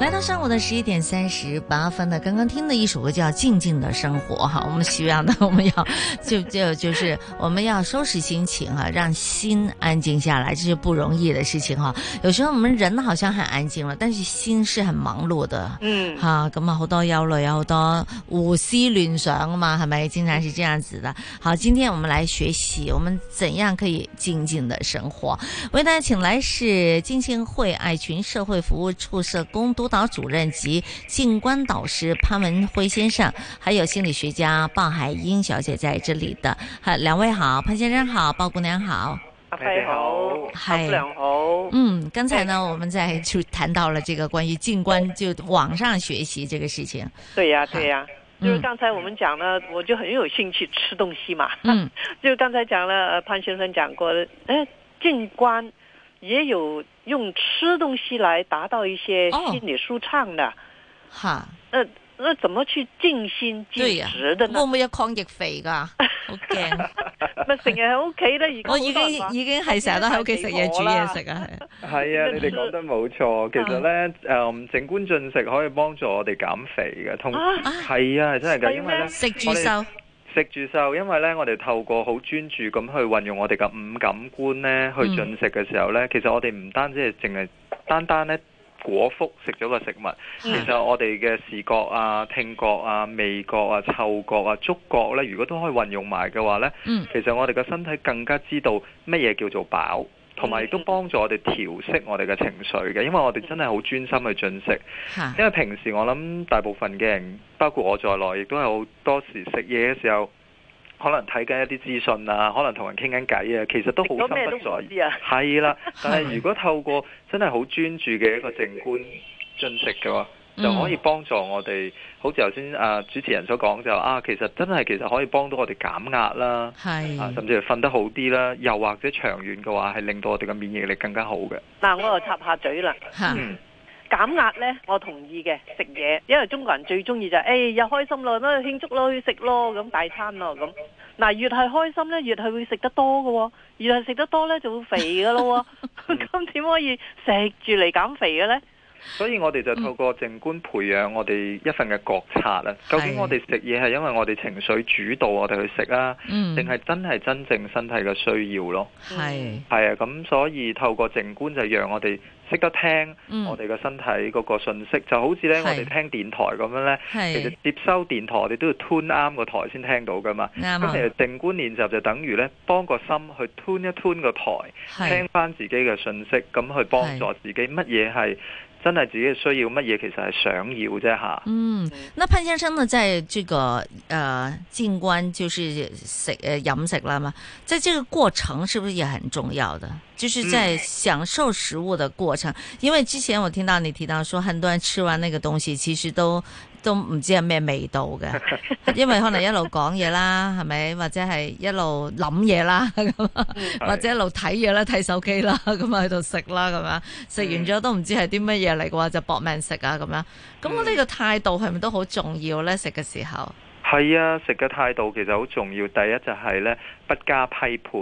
来到上午的十一点三十八分呢，刚刚听的一首歌叫《静静的生活》哈，我们需要呢，我们要就就就是我们要收拾心情哈、让心安静下来，这是不容易的事情哈、有时候我们人好像很安静了，但是心是很忙碌的。嗯，吓咁啊，好多忧虑，有好多胡思乱想啊嘛，还没经常是这样子的。好，今天我们来学习，我们怎样可以静静的生活。为大家请来是浸信会爱群社会服务处社工督导主任及静观导师潘文辉先生，还有心理学家鲍海英小姐在这里的。好，两位好，潘先生好，鲍姑娘好。阿辉好，阿係姑娘好，嗯，刚才呢，我们在就谈到了这个关于静观就网上学习这个事情。对呀、对呀、就是嗯刚才我们讲了，我就很有兴趣吃东西嘛。嗯，就刚才讲了，呃潘先生讲过的，哎，静观也有用吃东西来达到一些哦心理舒畅的。哈。那、那怎么去静心對静呀止的會呢？唔會有抗疫肥㗎？ 好驚！咪成日喺屋企咧，而家我好已多人經話已經係成日都喺屋企食 嘢煮嘢食啊，係係啊，你哋講得冇錯。其實咧，誒靜觀進食可以幫助我哋減肥嘅，同啊係啊，係真係㗎，因為係咧咩食住瘦食住瘦，因為咧我哋透過好專注咁去運用我哋嘅五感官咧嗯去進食嘅時候咧，其實我哋唔單止係淨係單單咧果腹食咗個食物，嗯其係實我哋嘅視覺啊、聽覺啊、味覺啊、嗅覺啊、觸覺咧，如果都可以運用埋嘅話咧。嗯其實我哋嘅身體更加知道乜嘢叫做飽，同嗯埋亦都幫助我哋調適我哋嘅情緒嘅，因為我哋真係好專心去進食。嚇因為平時我諗大部分嘅人，包括我在內，亦都有好多時食嘢嘅時候，可能睇緊一啲資訊啊，可能同人傾緊偈啊，其實都好食咗咩都心不唔在知啊。係 啦，但係係如果透過真係好專注嘅一個靜觀進食嘅話，嗯就可以幫助我哋，好似頭先啊主持人所講就啊，其實真係其實可以幫到我哋減壓啦，啊係甚至係瞓得好啲啦，又或者長遠嘅話係令到我哋嘅免疫力更加好嘅。嗱，我又插下嘴啦。嚇嗯，減壓呢，我同意嘅食嘢，因為中國人最中意就係、誒又開心咯，咁慶祝咯，去食咯，咁大餐咯咁。嗱，越係開心呢，越係會食得多嘅喎、越係食得多呢，就會肥噶咯喎。咁點可以食住嚟減肥嘅呢？所以我哋就透過靜觀培養我哋一份嘅覺察啦。究竟我哋食嘢係因為我哋情緒主導我哋去食啊，嗯定係真係真正身體嘅需要咯？係係啊，咁所以透過靜觀就讓我哋識得聽嗯我哋嘅身體嗰個信息，就好似係咧我哋聽電台咁樣咧，其實係接收電台我哋都要 tune 啱個台先聽到噶嘛。啱咁啊其實靜觀練習就等於咧幫個心去 tune 一 tune 個台，係聽翻自己嘅信息，咁去幫助自己乜嘢係真係自己嘅需要，乜嘢其實係想要啫嚇。嗯，那潘先生呢，在这个呃静观就是食呃饮食啦嘛，在这个过程是不是也很重要的？就是在享受食物的过程，因为之前我听到你提到说，很多人吃完那个东西，其实都都唔知係咩味道嘅，因為可能一路講嘢啦，係咪？或者係一路諗嘢啦，咁啊 係或者一路睇嘢啦，睇手機啦，咁啊喺度食啦，咁樣食完咗都唔知係啲乜嘢嚟嘅話，就搏命食啊，咁樣。嗯咁我呢個態度係咪都好重要咧？食嘅時候，係啊，食嘅態度其實好重要。第一就係咧不加批 判。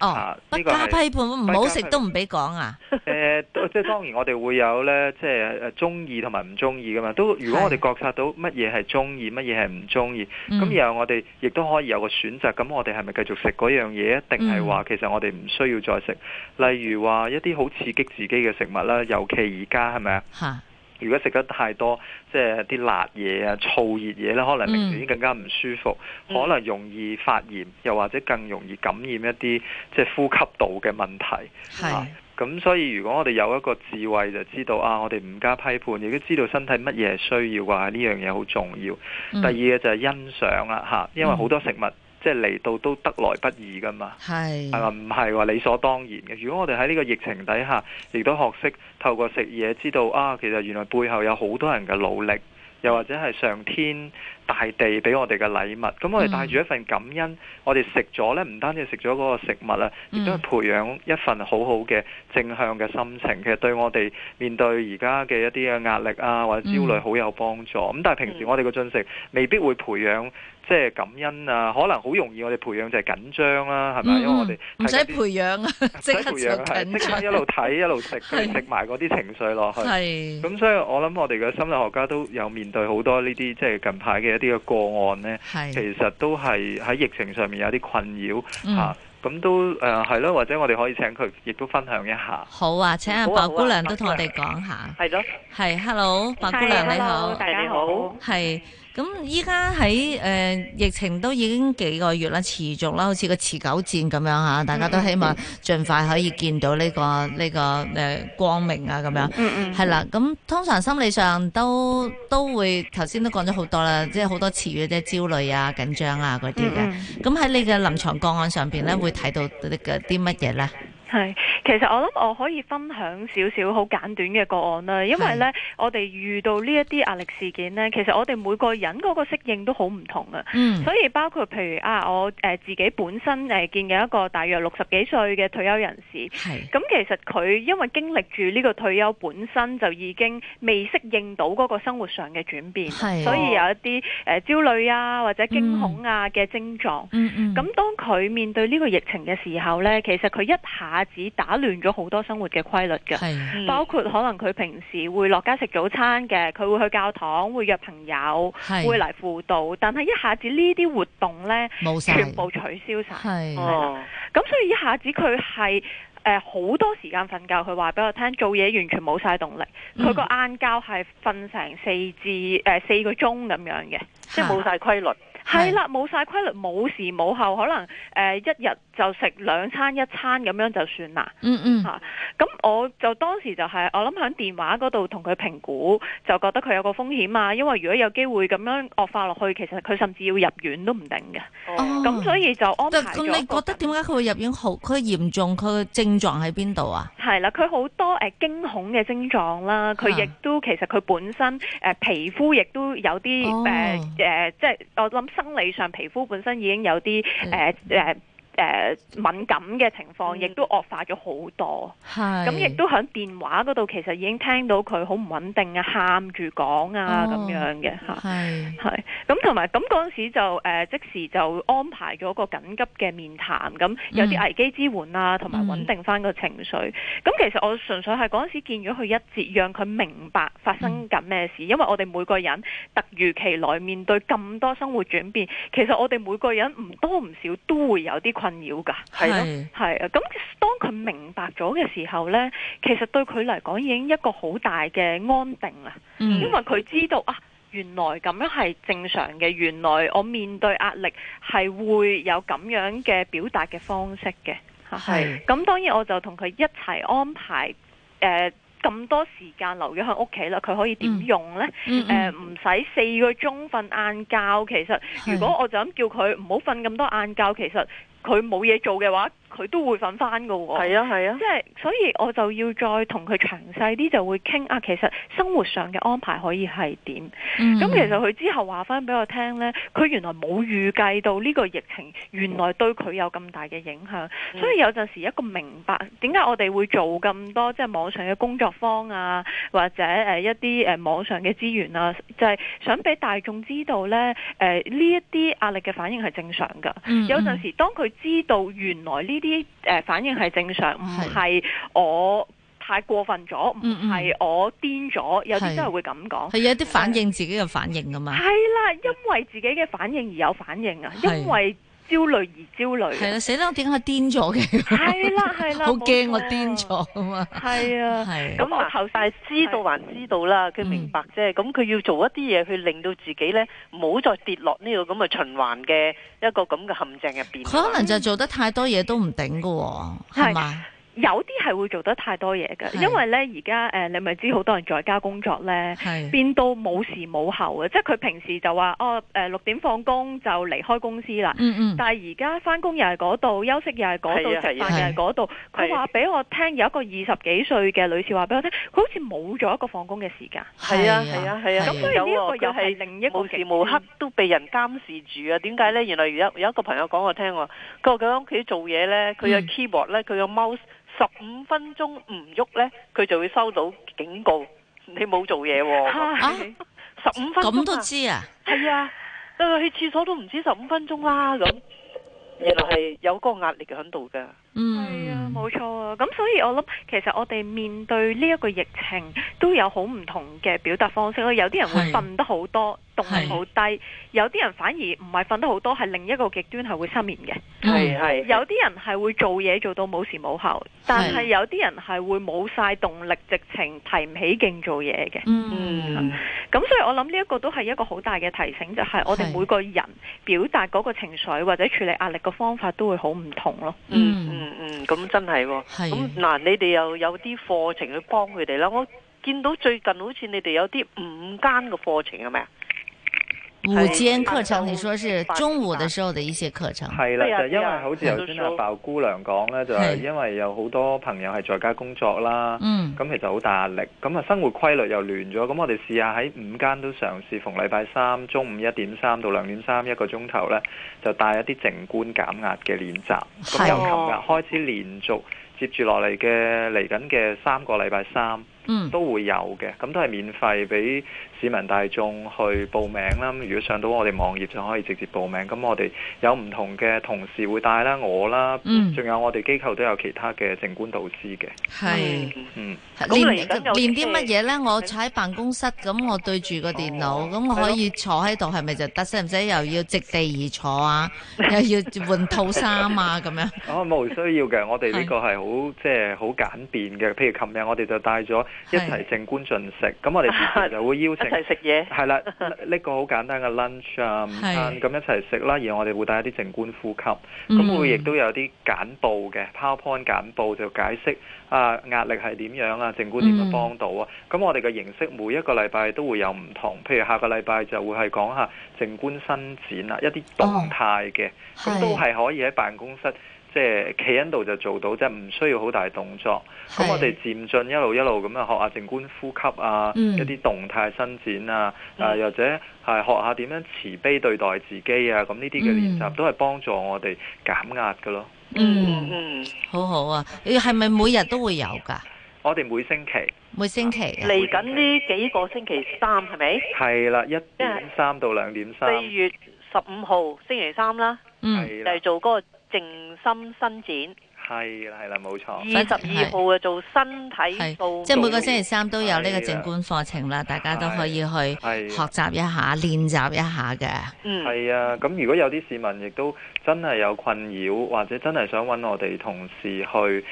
哦啊，不呢個加係批判，唔好食不加批判都唔俾講啊，誒、都即係當然，我哋會有咧，即係誒中意同埋唔中意噶嘛。都如果係我哋覺察到乜嘢係中意，乜嘢係唔中意，嗯咁、然後我哋亦都可以有個選擇。咁我哋係咪繼續食嗰樣嘢，啊定係嗯話其實我哋唔需要再食？例如話一啲好刺激自己嘅食物啦，尤其而家係咪啊？吓，如果食得太多，即係啲辣嘢啊、燥熱嘢咧，可能令自己更加唔舒服，嗯可能容易發炎，又或者更容易感染一啲即係呼吸道嘅問題。係啊咁所以如果我哋有一個智慧，就知道啊，我哋唔加批判，亦都知道身體乜嘢係需要啊，呢樣嘢好重要。嗯第二嘅就係欣賞啦，嚇、因為嗯好多食物即係嚟到都得來不易噶嘛。係係啊咪唔係話理所當然嘅？如果我哋喺呢個疫情底下，亦都學識透過食嘢知道啊，其實原來背後有好多人嘅努力，又或者係上天大地俾我哋嘅禮物。咁我哋帶嗯住一份感恩，我哋食咗呢，唔單止係食咗嗰個食物啦，亦都係嗯培養一份好好嘅正向嘅心情。其實對我哋面對而家嘅一啲嘅壓力啊或者焦慮嗯好有幫助。咁但係平時嗯我哋嘅進食未必會培養。即係感恩啊，可能好容易我哋培養就係緊張啦、係咪？因為我哋嗯唔睇緊使啲培養啊， 即刻就緊即刻一張，路睇一路食，跟住食埋嗰啲情緒落去。係咁所以我諗我哋嘅心理學家都有面對好多呢啲即係近排嘅一啲嘅個案呢，其係，實都係喺疫情上面有啲困擾嚇。嗯啊咁、都誒係咯，或者我哋可以請佢亦都分享一下。好啊，請阿好啊鮑姑娘好啊都同我哋講下，係咯，係，hello，鮑姑娘啊你好 Hello，。大家你好好。係，咁依家喺誒疫情都已經幾個月啦，持續啦，好似個持久戰咁樣嗯嚇，大家都希望盡快可以見到呢、個呢、個誒、呃光明啊咁樣。嗯嗯，係啦，咁通常心理上都都會頭先都講咗好多啦，即係好多詞語即係焦慮啊、緊張啊嗰啲嗯嘅。嗯，咁喺你嘅臨床個案上邊咧，會睇到啲嘅啲乜嘢咧？係。其實我諗我可以分享少少好簡短嘅個案啦，因為呢，我哋遇到呢一啲壓力事件呢，其實我哋每個人嗰個適應都好唔同啊。嗯，所以包括譬如啊，我誒、呃自己本身誒、呃、見嘅一個大約六十幾歲嘅退休人士，係，咁其實佢因為經歷住呢個退休本身就已經未適應到嗰個生活上嘅轉變，係啊所以有一啲誒、呃焦慮啊或者驚恐啊嘅症狀。嗯嗯，咁當佢面對呢個疫情嘅時候呢，其實佢一下子打亂咗好多生活嘅規律嘅，係，包括可能佢平時會落街食早餐嘅，佢會去教堂，會約朋友，係會嚟輔導，但係一下子呢啲活動呢，冇晒，全部取消晒，係，哦，咁所以一下子佢係。誒好、多時間瞓覺，佢話俾我聽，做嘢完全冇晒動力。佢個晏覺係瞓成四至誒、呃四個鐘咁樣嘅。即係冇晒規律，係啦，冇晒規律，冇時冇後，可能誒、呃一日就食兩餐一餐咁樣就算啦。嗯嗯，咁我就當時就係、我諗喺電話嗰度同佢評估，就覺得佢有個風險啊，因為如果有機會咁樣惡化落去，其實佢甚至要入院都唔定嘅。哦咁、所以就安但排咁咗。你覺得點解佢會入院好？佢嚴重，佢嘅症狀喺邊度啊？係啦，佢好多誒驚恐嘅症狀啦，佢亦都其實佢本身誒、呃皮膚亦都有啲哦誒誒，即係我諗生理上皮膚本身已經有啲嗯誒誒誒敏感嘅情況，嗯亦都惡化咗好多。係咁亦都喺電話嗰度，其實已經聽到佢好唔穩定啊，喊住講啊咁哦樣嘅嚇。係，係，咁同埋咁嗰陣時就誒、呃即時就安排咗個緊急嘅面談，咁嗯有啲危機支援啊，同埋穩定翻個情緒。咁其實我純粹係嗰陣時見咗佢一節，讓佢明白發生緊咩事，嗯因為我哋每個人突如其來面對咁多生活轉變，其實我哋每個人唔多唔少都會有啲困擾㗎。係咯，係係啊，咁當佢明白咗嘅時候呢，其實對佢嚟講已經一個好大嘅安定啦。嗯因為佢知道啊，原來咁樣係正常嘅，原來我面對壓力係會有咁樣嘅表達嘅方式嘅。係咁當然我就同佢一齊安排誒咁、多時間留咗喺屋企啦，佢可以嗯點用呢？嗯誒呃唔使四個鐘瞓晏覺，其實係如果我就咁叫佢唔好瞓咁多晏覺，其實佢冇嘢做嘅話，佢都會瞓翻噶喎。係啊係啊即，係，所以我就要再同佢詳細啲，就會傾啊。其實生活上嘅安排可以係點？嗯咁、其實佢之後話翻俾我聽呢，佢原來冇預計到呢個疫情原來對佢有咁大嘅影響，嗯所以有陣時一個明白點解我哋會做咁多即係網上嘅工作坊啊，或者誒一啲誒網上嘅資源啊，就係、想俾大眾知道呢，誒呢一啲壓力嘅反應係正常嗯㗎。有陣時，當佢知道原來呢啲誒反應係正常，唔係我太過分咗，唔嗯嗯係我癲咗，有係啲真係會咁講。係有啲反應自己嘅反應噶係嘛，啦，因為自己嘅反應而有反應啊，係因為焦慮而焦係慮啊。啦，死啦，我點解癲咗嘅？係 啦，係啦，啊好驚冇錯我癲。咗啊嘛，係啊，係咁我頭先但係知道還知道啦，佢嗯明白啫。咁佢要做一啲嘢，去令到自己呢唔好再跌落呢個咁嘅循環嘅一個咁嘅陷阱入邊。佢可能就做得太多嘢都唔頂噶喎，係嘛？有啲係會做得太多嘢嘅，係因為呢而家誒你咪知好多人在家工作呢，係變到冇時冇後嘅，即係佢平時就話哦誒六點放工就離開公司啦。嗯嗯，但係而家翻工又係嗰度，休息又係嗰度，係啊食飯係又啊係嗰度。係佢話俾我聽，有一個二十幾歲嘅女士話俾我聽，佢好似冇咗一個放工嘅時間。係啊係啊係啊，咁所以呢一個又係另一個無時無刻都被人監視住啊！點解呢？原來有有一個朋友講我聽喎，佢話佢喺屋企做嘢呢，佢嘅嗯 keyboard 呢，佢嘅 mouse 十五分鐘唔喐呢，佢就會收到警告，你冇做嘢喎。啊啊十五分咁鐘都啊，知啊，係啊，佢去廁所都唔止十五分鐘啦咁。原來係有嗰個壓力喺度㗎。係啊，嗯，冇錯啊。咁所以我諗，其實我哋面對呢一個疫情，都有好唔同嘅表達方式咯。有啲人會係瞓得好多，動力好低；有啲人反而唔係瞓得好多，係另一個極端係會失眠嘅。嗯係係有啲人係會做嘢做到冇時冇候，但係係有啲人係會冇晒動力，直情提唔起勁做嘢嘅。嗯嗯咁所以我諗呢一個都係一個好大嘅提醒，就係、我哋係每個人表達嗰個情緒或者處理壓力嘅方法都會好唔同咯。嗯嗯嗯，咁真係喎。係咁嗱，你哋又有啲課程去幫佢哋啦。我見到最近好似你哋有啲五間嘅課程係咪啊？午间课程，你说是中午的时候的一些课程，係係啊啦，就因為係啊好似頭先阿係鮑姑娘講咧，就係係因為有好多朋友係在家工作啦。嗯咁其實好大壓力，咁啊生活規律又亂咗，咁我哋試下喺五間都嘗試，逢禮拜三中午一點三到兩點三一個鐘頭呢，就帶一啲靜觀減壓嘅練習。咁係由琴日開始連續接住落嚟嘅嚟緊嘅三個禮拜三嗯都會有嘅，咁都係免費俾市民大眾去報名啦。咁如果上到我哋網頁就可以直接報名。咁我哋有唔同嘅同事會帶啦，我啦，嗯仲有我哋機構都有其他嘅靜觀導師嘅，係嗯練嗯。咁嚟緊有練啲啲乜嘢咧？我坐喺辦公室咁，我對住個電腦咁，我可以坐喺度，係咪就得？使唔使又要席地而坐啊？又要換套衫啊？咁樣哦，冇需要嘅，我哋呢個係好即係好簡便嘅。譬如琴日我哋就帶咗一齊靜觀進食，咁我哋之前就會邀一請齊食嘢。係啦，呢個好簡單嘅 lunch 啊午餐，係咁一齊食啦。然後我哋會帶一啲靜觀呼吸，嗯咁會亦都有啲簡報嘅 PowerPoint 簡報就解釋啊壓力係點樣啊，靜觀點樣幫到啊。咁我哋嘅形式每一個禮拜都會有唔同，譬如下個禮拜就會係講下靜觀伸展啊，一啲動態嘅。咁都係可以喺辦公室即係企喺度就做到，即係唔需要好大動作。咁我哋漸進一路一路咁樣學下靜觀呼吸啊，嗯一啲動態伸展啊，嗯啊又或者係學下點樣慈悲對待自己啊，咁呢啲嘅練習嗯都係幫助我哋減壓嘅咯。嗯，嗯，好好啊！係咪每日都會有㗎？我哋每星期每星期啊嚟緊呢幾個星期三係咪？係啦，一點三到兩點三，四月十五號星期三啦，嗯就係係啦，做嗰個靜心伸展。係啦，係啦，冇哦錯。二十二號啊，做身體素係，即係每個星期三都有呢個係靜啦觀課程啦，大家都可以去係啊學習一下、練習一下嘅。嗯係啊，咁如果有啲市民亦都真係有困擾，或者真係想揾我哋同事去誒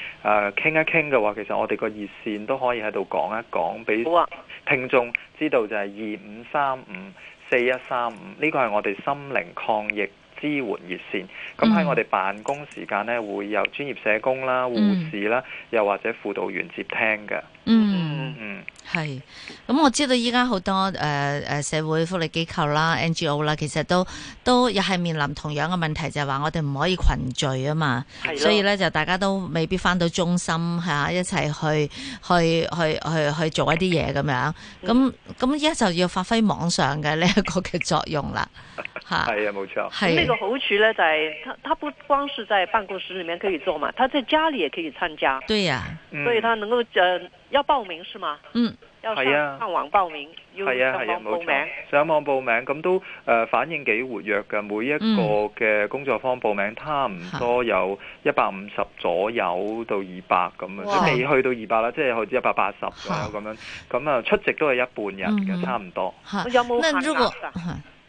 傾、一傾嘅話，其實我哋個熱線都可以喺度講一講，俾好啊，聽眾知道就係二五三五四一三五，呢個係我哋心靈抗疫支援熱線。咁喺嗯我哋辦公時間呢，會有專業社工啦、護士啦，又或者輔導員接聽嘅。嗯。嗯，係，咁我知道依家好多誒誒、呃呃社會福利機構啦、NGO 啦，其實都都又係面臨同樣嘅問題，就係、話我哋唔可以群聚啊嘛，係咯所以咧就大家都未必翻到中心嚇、一齊去去去去去做一啲嘢咁樣。嗯咁咁依家就要發揮網上嘅呢一個嘅作用 啦，嚇係啊，冇錯。那係個好處呢，就係、他他不光是在辦公室裏面可以做嘛，他在家裏也可以參加，對呀、嗯所以他能夠呃要報名是嗎？嗯要上係啊上網報名，要係啊上係啊網，報冇名錯。，上網報名咁都誒、呃反應幾活躍嘅，每一嗯個嘅工作坊報名差唔多有一百五十左右到二百咁樣，哇即係未去到二百啦，即係好似一百八十左嚇右咁樣。咁啊出席都係一半人嗯嘅，哼差唔多。嚇有冇啊那限如果額㗎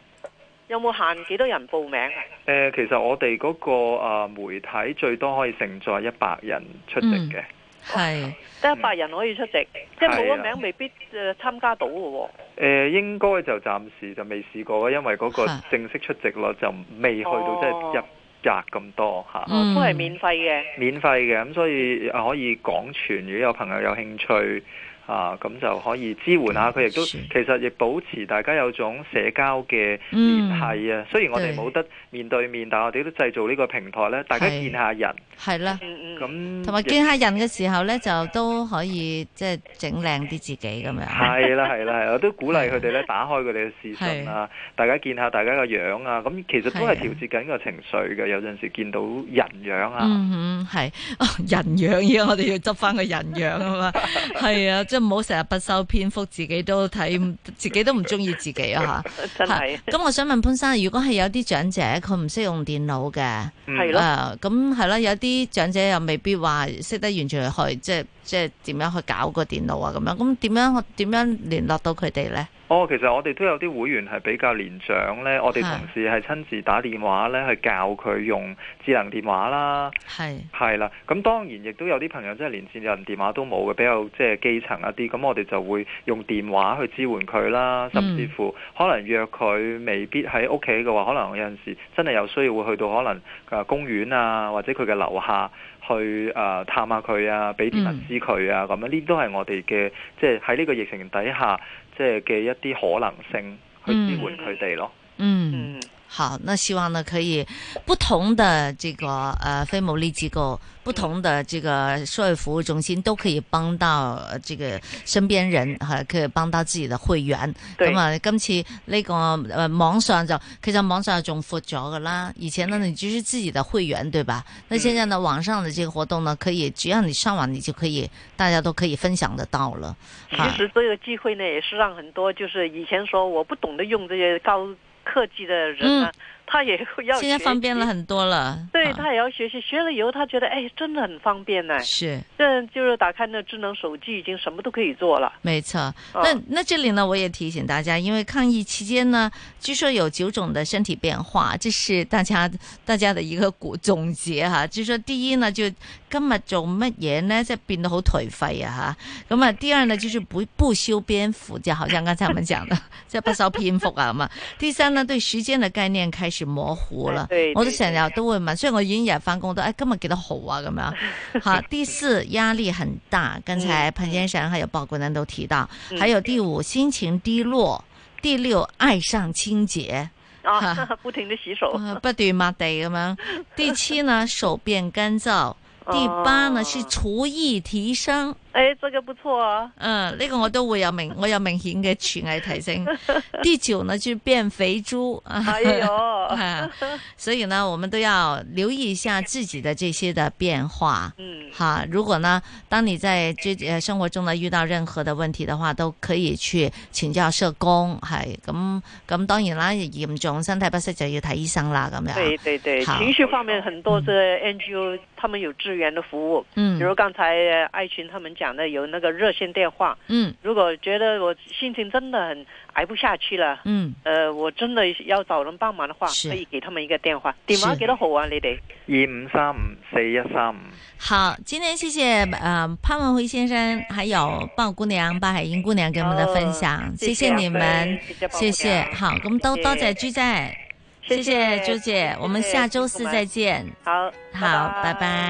有冇限幾多人報名啊？誒、呃其實我哋嗰、個、呃、媒體最多可以盛載一百人出席嗯嘅。係得一百人可以出席，即係冇咗名未必誒參加到嘅喎。啊誒、呃應該就暫時就未試過，因為嗰個嚇哦正式出席率就未去到即係一。一擇咁多嚇。嗯都係免費嘅。免費嘅，咁所以可以廣傳，如果有朋友有興趣啊，咁就可以支援下佢，亦都是其實亦保持大家有種社交嘅聯嗯繫啊。雖然我對哋冇得面對面，但我哋都製造呢個平台咧，大家係見下人，係啦。嗯嗯，咁同埋亦見下人嘅時候咧，就都可以即係整靚啲自己咁樣。啊係啦係啦係啦，我都鼓勵佢哋咧打開佢哋嘅視訊啊，大家見下大家個樣啊，咁其實都係係啊調節緊個情緒嘅。有陣時見到人樣啊。嗯哼，係哦，人樣嘢，我哋要執翻個人樣 啊嘛，係啊，即係唔好成日不修邊幅，自己都睇唔，自己都唔中意自己 啊真係吓。咁我想問潘生，如果係有啲長者佢唔識用電腦嘅，嗯係咯啊咁係啦，有啲長者又未必話識得完全去，即係即係點樣去搞個電腦啊咁樣，咁點樣點樣聯絡到佢哋咧？哦，其實我哋都有啲會員係比較年長咧，我哋係同事係親自打電話咧，去教佢用智能電話啦，嗯係係啦。咁當然亦都有啲朋友真係連智能電話都冇嘅，比較即係基層一啲。咁我哋就會用電話去支援佢啦，甚至乎可能約佢未必喺屋企嘅話，可能有陣時真係有需要會去到可能誒公園啊，或者佢嘅樓下去誒、呃探下佢啊，俾啲物資佢啊，咁樣呢啲都係我哋嘅即係喺呢個疫情底下即係嘅一啲可能性去支援佢哋咯。嗯。嗯，好，那希望呢可以不同的这个呃非牟利机构，不同的这个社会服务中心都可以帮到呃这个身边人，哈、可以帮到自己的会员。對咁啊，今次呢、個个呃网上就其實網上仲闊咗噶啦，以前呢你就是自己的會員對吧？那現在呢網上的這個活動呢，可以只要你上網，你就可以大家都可以分享得到了。其啊實這個機會呢，也是讓很多就是以前說我不懂得用這些高科技的人嗯啊，他也要現在學方便習了。很多了。对啊他也要学习，学了以后他觉得，哎，真的很方便呢、是。这就是打开那智能手机，已经什么都可以做 了。没错，嗯那那这里呢，我也提醒大家，因为抗疫期间呢，据说有九种的身体变化，这是大家大家的一个古总结哈。据说第一呢，就今日做乜嘢呢？即系变得好颓废啊吓。咁啊，第二呢，就是不不修边幅，就好像刚才我们讲的， 即系不修篇幅啊嘛。第三呢，对时间的概念开始模糊了。哎对我都对成日都會問，雖然我已經日日翻工都，誒、哎、今日幾多號啊咁樣好，第四壓力很大，剛才潘先生還有鲍国南都提到，嗯還有第五心情低落，第六愛上清潔，啊，不停的洗手。呃不斷抹地咁樣。第七呢手變乾燥，第八呢是哦廚藝提升。哎，这个不错啊。嗯，呢、個我都會有明，我有明顯嘅廚藝提升。第九呢就變肥豬啊。哎 呦，啊，所以呢，我们都要留意一下自己的这些的变化。嗯，哈，如果呢，当你在这呃生活中呢遇到任何的问题的话，都可以去请教社工，系咁咁。當然啦，嚴重身體不適就要睇醫生啦，咁对樣。对对，好情绪方面很多这 NGO 他们有支援的服务，比如嗯刚才呃爱群他们讲的有那个热线电话，嗯如果觉得我心情真的很挨不下去了。嗯，呃，我真的要找人帮忙的话，是可以给他们一个电话。电话是几多号啊？你哋？二五三五四一三五，好，今天謝謝呃潘文輝先生，還有鲍姑娘、鲍海英姑娘給我們的分嗯享，謝謝你們，謝谢謝。好，咁都謝謝多謝朱姐，谢謝謝朱姐，我們下周四再。同埋見。好，好，拜拜。